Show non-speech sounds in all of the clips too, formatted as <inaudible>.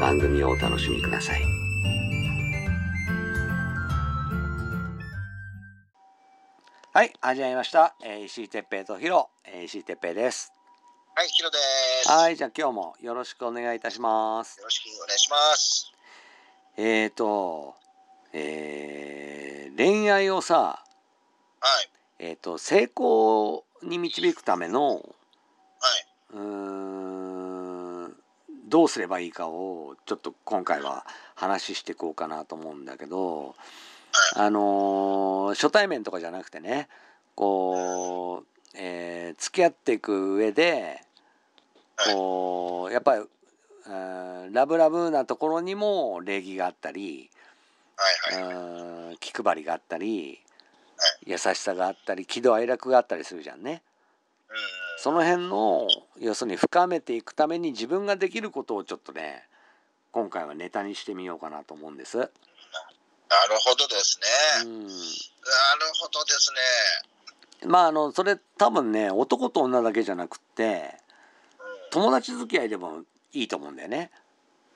番組をお楽しみください。はい、始まりました。えー石井哲平とヒロ、えー石井哲平です。はい、ヒロです。はい、じゃあ今日もよろしくお願いいたしますよ。ろしくお願いします。えーと、えー恋愛をさ、はい、えーと、成功に導くための、はい、うーんどうすればいいかをちょっと今回は話していこうかなと思うんだけどあのー初対面とかじゃなくてねこう、えー付き合っていく上でこうやっぱりうんラブラブなところにも礼儀があったりはい、はい、うん気配りがあったり優しさがあったり喜怒哀楽があったりするじゃんね。うん、その辺の要するに深めていくために自分ができることをちょっとね今回はネタにしてみようかなと思うんです。うなるほどですね。ん、なるほどですね。まああのそれ多分ね男と女だけじゃなくって友達付き合いでもいいと思うんだよね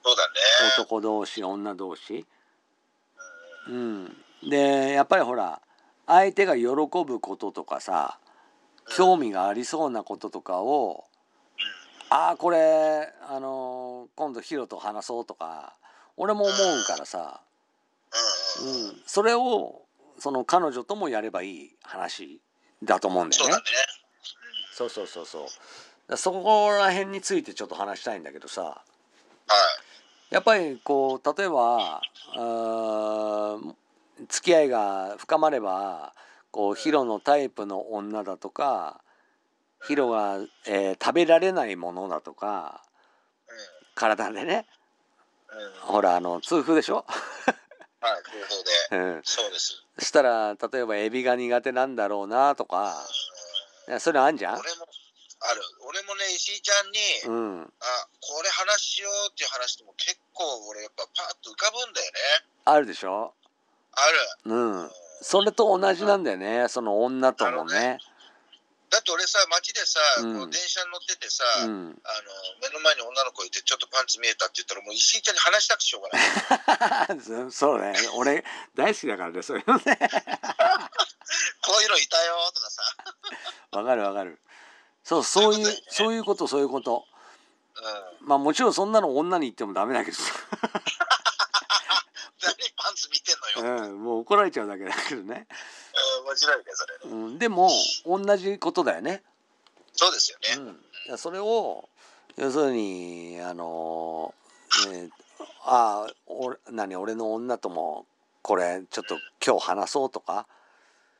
そうだね。男同士女同士。うん、でやっぱりほら相手が喜ぶこととかさ興味がありそうなこととかを「ああこれ、あのー今度ヒロと話そう」とか俺も思うからさ、うん、ううん、ん、それをその彼女ともやればいい話だと思うんだそうよだねね。。そうそうそうそうだからそこら辺についてちょっと話したいんだけどさはい、やっぱりこう例えばうーん付き合いが深まればこうヒロのタイプの女だとかヒロが、えー食べられないものだとか体でねうん、うん、ほらあの痛風でしょ、 <laughs> はい、ということで、うん、そうです。したら例えばエビが苦手なんだろうなとかいやそういうのあんじゃん俺もある。俺もね、石井ちゃんに、うんあ、これ話しようっていう話でも結構俺やっぱパッと浮かぶんだよね。あるでしょあうる。んそれと同じなんだよねその女ともねだって俺さ、街でさ、うんこう電車に乗っててさ、うん <laughs> あの目の前に女の子いてちょっとパンツ見えたって言ったらもう石井ちゃんに話したくてしょうがな <laughs> いそそうね俺大好きだからねそういうのねこういうのいたよとかさ、わかるわかるそうそういうそういうことだよねそういうことそういうことうん、まあもちろんそんなの女に言ってもダメだけどさ、何パンツ見てんのよ、うん、もう怒られちゃうだけだけどね、うん、面白いねそれうん、でも同じことだよねそうですようね、ん、いやそれを要するにあの、えーあー俺何俺の女ともこれちょっと今日話そうとか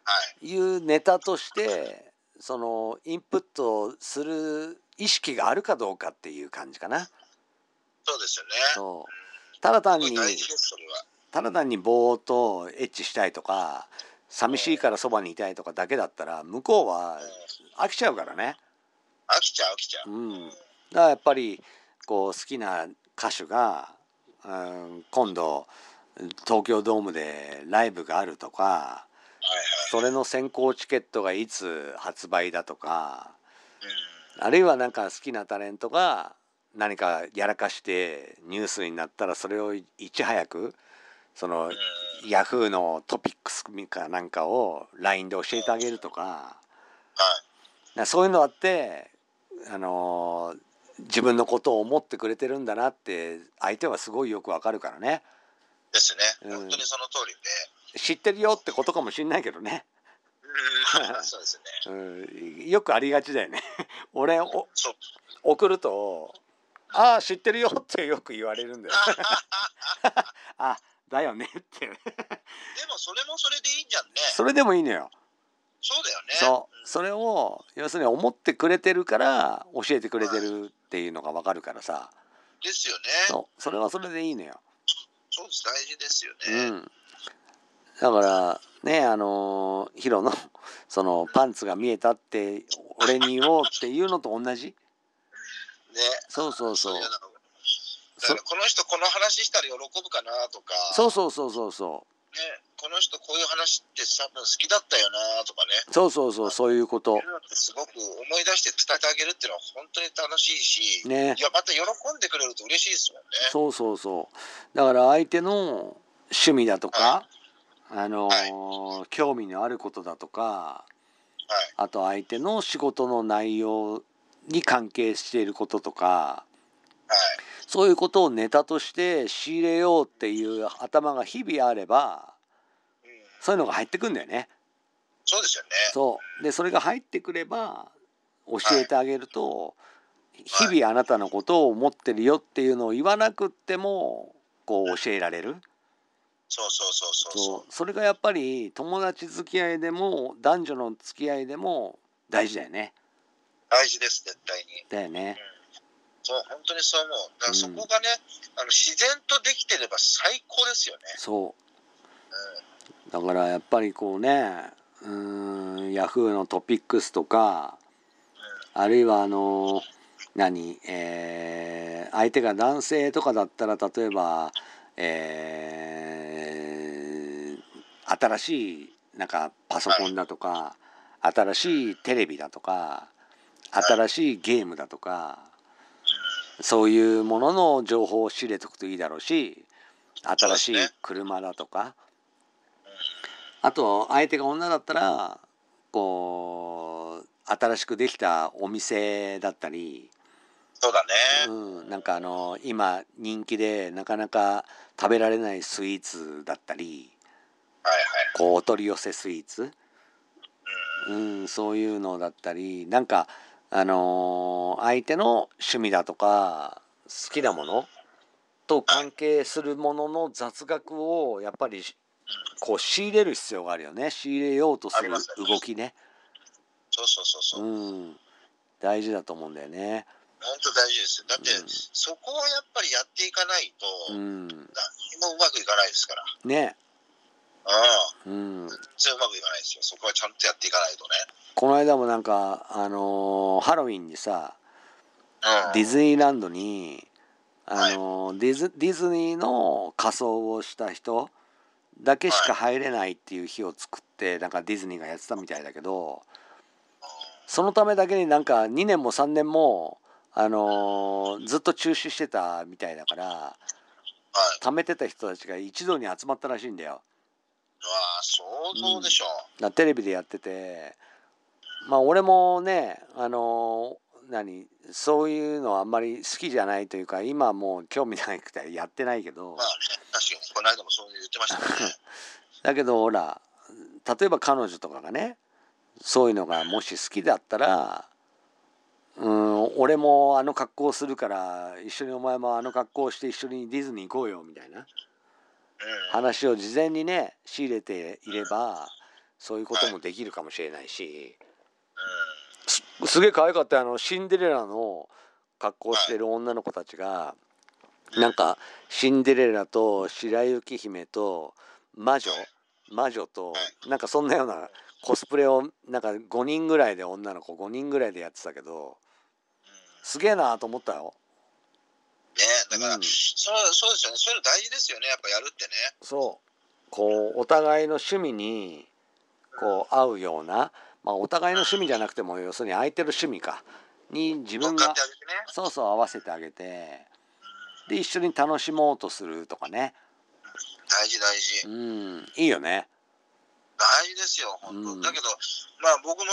はいいうネタとしてそのインプットする意識があるかどうかっていう感じかな。そうですよねそうただ単すごにい大事ですそれはただ単にぼーっとエッチしたいとか寂しいからそばにいたいとかだけだったら向こうはうん飽きちゃうからね。飽きちゃう飽きちゃう、うん、だからやっぱりこう好きな歌手が、うん、今度東京ドームでライブがあるとかそれの先行チケットがいつ発売だとかあるいはなんか好きなタレントが何かやらかしてニュースになったらそれをいち早くそのうんうんヤフーのトピックスかなんかを LINE で教えてあげるとか。はいなそういうのあってあのー自分のことを思ってくれてるんだなって相手はすごいよくわかるからねですね、うん本当にその <laughs> 通りで、知ってるよってことかもしんないけどね、うん、そうですねうん、よくありがちだよね <laughs> 俺おそう送ると「ああ知ってるよ」ってよく言われるんだよ <laughs> あだよねって <laughs> でもそれもそれでいいんじゃんねそれでもいいのよそうだよねそうそれを要するに思ってくれてるから教えてくれてるっていうのがわかるからさですよねそうそれはそれでいいのよそうです大事ですようね、ん、だからねあのーヒロのそのパンツが見えたって俺に言おうっていうのと同じねそうそうそうれなのだからこの人この話したら喜ぶかなとかそうそうそうそうそね、この人こういう話って多分好きだったよなとかねうそうそうそうそういうことそういうのってすごく思い出して伝えてあげるっていうのは本当に楽しいし、ねいやまた喜んでくれると嬉しいですもんねそうそうそうだから相手の趣味だとかあのー興味のあることだとかはいあと相手の仕事の内容に関係していることとかはいそういうことをネタとして仕入れようっていう頭が日々あればうん、そういうのが入ってくんだよね。そうですよねそうでそれが入ってくれば教えてあげるとはい日々あなたのことを思ってるよっていうのを言わなくってもこう教えられるそうそうそうそうそそううそれがやっぱり友達付き合いでも男女の付き合いでも大事だよね。大事です絶対にだよね。そう本当にそう思うだからうんそこがね、あの自然とできてれば最高ですよねそうだからやっぱりこうねうーんヤフーのトピックスとかあるいはあの何えー相手が男性とかだったら例えばえー新しいなんかパソコンだとか新しいテレビだとか新しいゲームだとかそういうものの情報を仕入れとくといいだろうし新しい車だとか、あと相手が女だったらこう新しくできたお店だったり、そうだね、うん、なんかあの今人気でなかなか食べられないスイーツだったりはいこうお取り寄せスイーツ、うん、そういうのだったりなんかあのー相手の趣味だとか好きなものと関係するものの雑学をやっぱりこう仕入れる必要があるよね仕入れようとすありるますあります動きね、そうそうそうそう、うん、大事だと思うんだよね。本当大事ですよだって、うんそこはやっぱりやっていかないと、うん、何もうまくいかないですからね、うんうん、全然うまくいかないですよそこはちゃんとやっていかないとこの間もなんかあのーハロウィンにさね、うん、ディズニーランドに、あのディズディズニーの仮装をした人だけしか入れないっていう日を作ってなんかディズニーがやってたみたいだけどそのためだけになんか2年も3年も、あのーずっと中止してたみたいだからはい貯めてた人たちが一度に集まったらしいんだよ。うわあ想像でしょ、なテレビでやっててまあ俺もねあの何そういうのはあんまり好きじゃないというか今はもう興味なくてやってないけどまあね確かにこの間もそう言ってましたもんねだけどほら例えば彼女とかがねそういうのがもし好きだったらうん俺もあの格好するから一緒にお前もあの格好して一緒にディズニー行こうよみたいなうん話を事前にね仕入れていればそういうこともできるかもしれないし。すすげえ可愛かったよあのシンデレラの格好してる女の子たちがなんかシンデレラと白雪姫と魔女魔女となんかそんなようなコスプレをなんか5人ぐらいで女の子5人ぐらいでやってたけどすげえなと思ったよねだから、うんそうそうですよねそういうの大事ですよねやっぱやるってねそうこうお互いの趣味にこう合うようなまあお互いの趣味じゃなくても要するに相手の趣味かに自分分かがってあげてねそうそう合わせてあげてで一緒に楽しもうとするとかね大事大事うんいいよねないですよ、本当、うんだけど、まあ、僕もね、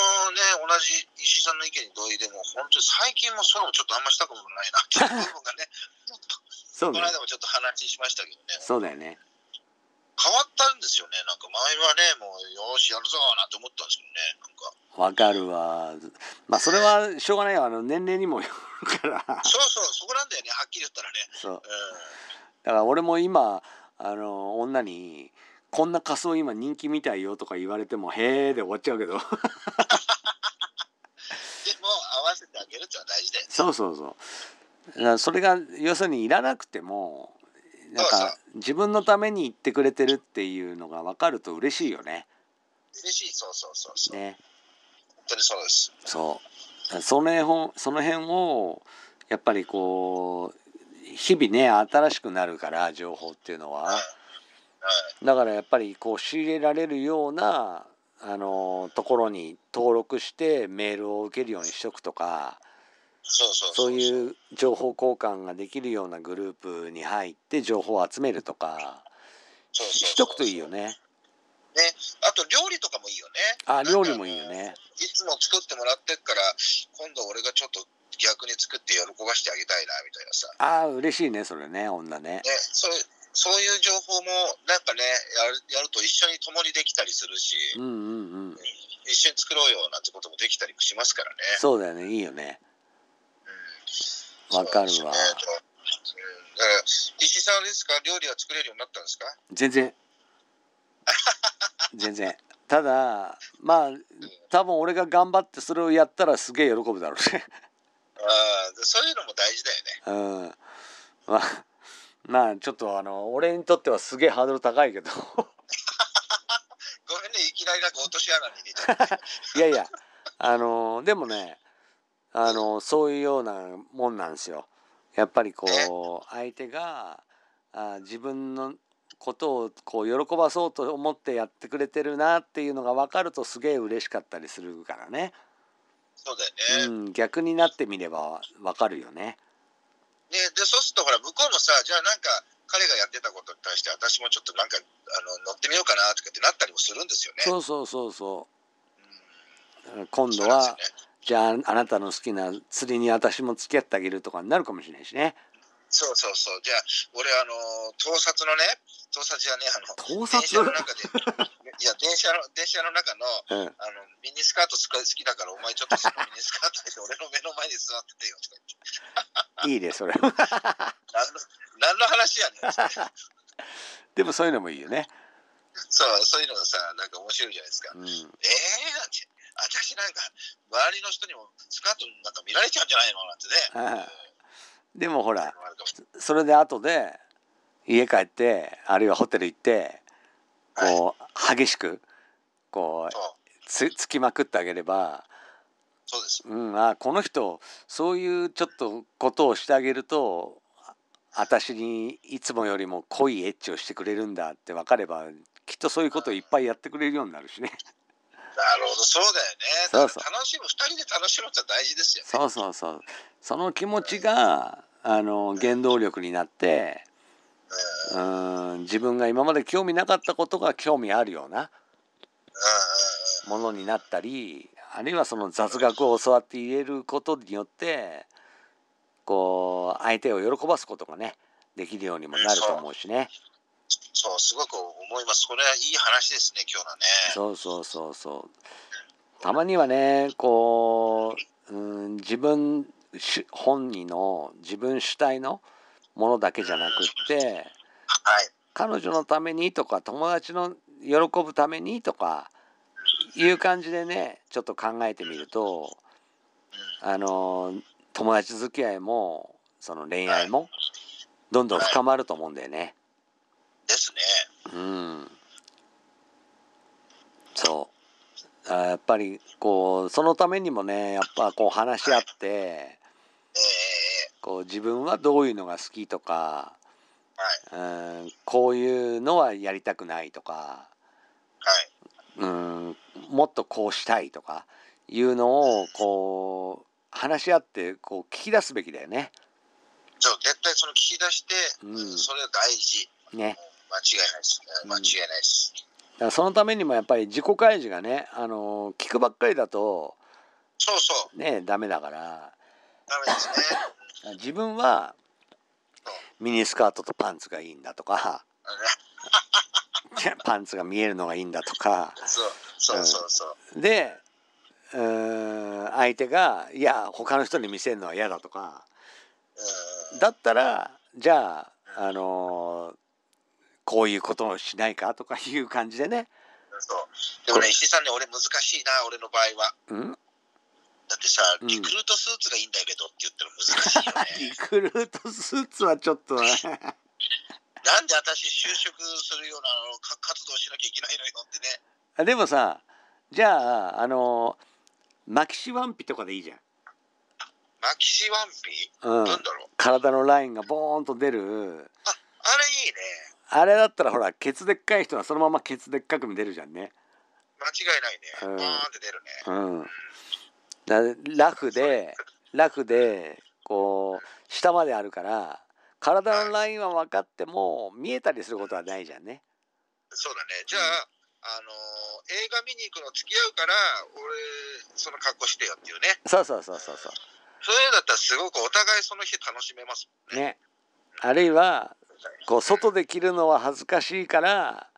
同じ石井さんの意見に同意でも、本当に最近もそういうのちょっとあんましたことないなって <laughs> いう部分がね、ちょっとそうこのだね。間もちょっと話しましたけどね、そうだよね。変わったんですよね、なんか前はね、もう、よーし、やるぞーなんて思ったんですけどね、なんか、わかるわ。まあそれはしょうがないよ。あの年齢にもよるから。そうそう、そこなんだよね、はっきり言ったらね。そう。うんだから俺も今あの女にこんな仮装今人気みたいよとか言われてもへーで終わっちゃうけど。 <laughs> でも合わせてあげるってのは大事だよね。そうそうそう。だからそれが要するにいらなくてもなんそうか自分のために言ってくれてるっていうのが分かると嬉しいよね。嬉しい、そうそうそうそう、ね。本当にそうです。そう。その辺をその辺をやっぱりこう日々ね新しくなるから情報っていうのは。はい、だからやっぱりこう仕入れられるようなあのところに登録してメールを受けるようにしとくとかそうそうそうう。いう情報交換ができるようなグループに入って情報を集めるとかそうそうそうしとくといいよ。ね。あと料理とかもいいよね。あ料理もいいよね。いつも作ってもらってっから、今度俺がちょっと逆に作って喜ばしてあげたいなみたいなさ。ああ嬉しいねそれね女ね。ね、そういうそういう情報もなんかねやる、やると一緒に共にできたりするし、うんうんうん。一緒に作ろうよなんてこともできたりもしますからね。そうだよねいいよね。うんわかるわそうですねうんだから石井さんあれですか料理は作れるようになったんですか全 <laughs> 然全然。ただまあ多分俺が頑張ってそれをやったらすげえ喜ぶだろうね。 <laughs> ああ、でそういうのも大事だよね。うんまあまあちょっとあの俺にとってはすげえハードル高いけどごめんね、いきなりなんか落とし穴に入れちゃって。いやいやあのでもねあのそういうようなもんなんですよ。やっぱりこう相手があ自分のことをこう喜ばそうと思ってやってくれてるなっていうのが分かるとすげえ嬉しかったりするからね、そうだうよね。ん、逆になってみれば分かるよね。ね、で、そうするとほら、向こうもさ、じゃあなんか、彼がやってたことに対して、私もちょっとなんか、あの、乗ってみようかなとかってなったりもするんですよね。そうそうそうそうんう今度そうなんはですよねじゃああなたの好きな釣りに私も付き合ってあげるとかになるかもしれないしねそうそうそう。じゃあ、俺、あの、盗撮のね、盗撮じゃね、あの、盗電車撮の中で、いや、電車の、電車の中の、うんあの、ミニスカート好き好きだから、お前ちょっとそのミニスカートで俺の目の前に座っててよとか言って。いいねそれ何の何の話やねん。 <laughs> でもそういうのもいいよね、そう、そういうのがさ、なんか面白いじゃないですか。うん、えー、なんて、私なんか、周りの人にもスカートなんか見られちゃうんじゃないのなんてね。ああでもほらなんかそれで後で家帰ってあるいはホテル行ってこう激しくこうそう、つつきまくってあげれば、そうです。うん、あこの人そういうちょっとことをしてあげるとあ私にいつもよりも濃いエッチをしてくれるんだって分かればきっとそういうことをいっぱいやってくれるようになるしね。なるほど、そうだよね。そうそうだから楽しむ、二人で楽しむって大事ですよね。そうそうそうその気持ちがあの原動力になってうーん自分が今まで興味なかったことが興味あるようなうものになったりあるいはその雑学を教わって入れることによってこう相手を喜ばすことがねできるようにもなると思うしねんうんうん。そう、すごく思います。これはいい話ですね、今日のね。そうそうそうそうたまにはねこううん自分主本人の自分主体のものだけじゃなくってはい。彼女のためにとか友達の喜ぶためにとかいう感じでねちょっと考えてみるとあの友達付き合いもその恋愛もどんどん深まると思うんだよね。ですね。うん、そうあやっぱりこうそのためにもねやっぱこう話し合ってええこう自分はどういうのが好きとか、はうい。ん、こういうのはやりたくないとか。はい。うんもっとこうしたいとかいうのをこう話し合ってこう聞き出すべきだよね。そう、絶対その聞き出して、うんそれが大事。ね。間違いないですね。うん間違いないです。からそのためにもやっぱり自己開示がね、あの聞くばっかりだとそうそう、ねダメだからダメ <laughs> ですね。自分はミニスカートとパンツがいいんだとか <laughs> あパンツが見えるのがいいんだとかのそうそうそうそう。でうーん相手がいや他の人に見せるのは嫌だとかうんだったらじゃあ、あのーこういうことをしないかとかいう感じでね、そうでもね、石井さんね、俺難しいな、俺の場合は。うん、だってさ、うんリクルートスーツがいいんだけどって言ったら難 <laughs> しいよね。リクルートスーツはちょっとねなんで私、就職するようなあのか活動しなきゃいけないのよってね。あでもさじゃああのーマキシワンピとかでいいじマキシワンピゃん、うなんん、だろう体のラインがボーンと出るあれいいね。あれだったらほらケツでっかい人はそのままケツでっかく見出るじゃんね、間違いないうんね。バーンって出るね。うん、だラフでラフでこう下まであるから体のラインは分かっても見えたりすることはないじゃんね。そうだね。じゃあ、あのー映画見に行くの付き合うから、俺、その格好してよっていうね。そうそうそうそうそそういうのだったらすごくお互いその日楽しめますう。ね。あるいはこう外で着るのは恥ずかしいから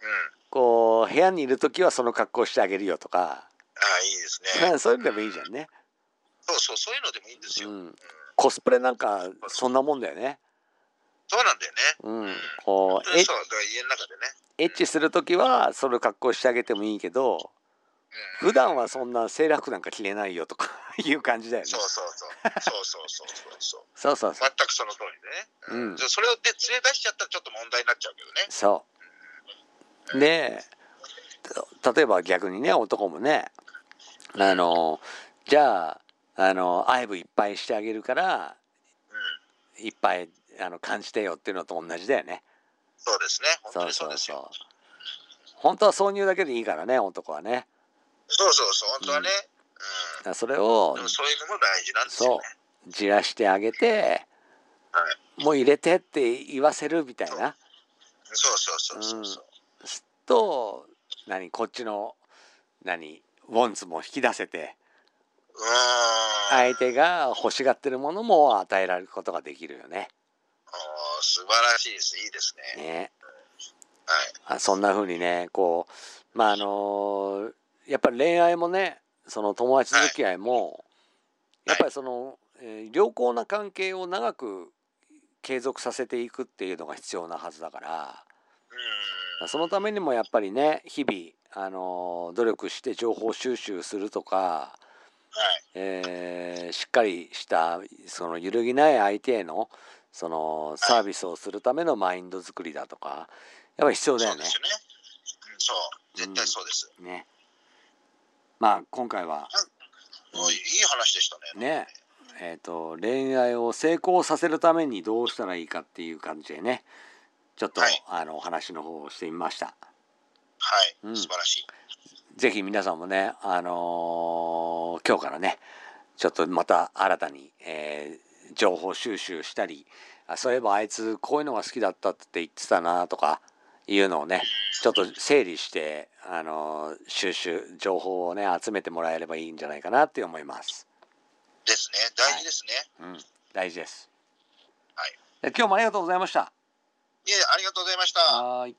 うん。あこう部屋にいる時はその格好をしてあげるよとか、あ、いいですね。そういうのでもいいじゃんね。そうそう、そういうのでもいいんですよ。うん、コスプレなんかそんなもんだよね。そうなんだよね。うん、こうエそう、だから家の中でね。ッエッチする時はその格好してあげてもいいけどうん普段はそんなセーラー服なんか着れないよとかいう感じだよねそうそうそう。そうそうそうそうそう。そうそうそ全うくその通りね。うんじゃあそれをで連れ出しちゃったらちょっと問題になっちゃうけどね。そうでた例えば逆にね男もねあのじゃああのアイブいっぱいしてあげるからうん。いっぱいあの感じてよっていうのと同じだよねそうですね。本当そうにそそううですよ。そう本当は挿入だけでいいからね男はねそうそうそう、本当はね。だからそれをうん。でもそういうのも大事なんですよそね。うじらしてあげてはもう入れてって言わせるみたいなそうそうそうそうそう。すっと何こっちの何ウォンツも引き出せてうーん。相手が欲しがってるものも与えられることができるよね。おー素晴らしいです。いいですね。ねはい。あそんな風にねこうまああのやっぱり恋愛もねその友達付き合いも、いやっぱりその、えー良好な関係を長く継続させていくっていうのが必要なはずだから。うん。そのためにもやっぱりね日々、あの努力して情報収集するとか、はい。えーしっかりしたその揺るぎない相手へのそのサービスをするためのマインド作りだとかやっぱり必要だそようねで。すよね。うんそう。絶対そうです。ねまあ今回はおいいい話でしたね。ねえー、と恋愛を成功させるためにどうしたらいいかっていう感じでねちょっと、はいあのお話の方をしてみました。はい、うん素晴らしい。ぜひ皆さんもね、あのー今日からね、ちょっとまた新たに、えー情報収集したり、あそういえばあいつこういうのが好きだったって言ってたなとかいうのをね、ちょっと整理して、あのー収集、情報をね、集めてもらえればいいんじゃないかなって思います。ですね。大事ですね。うん、大事です。はいで今日もありがとうございました。いえ、ありがとうございました。はーい。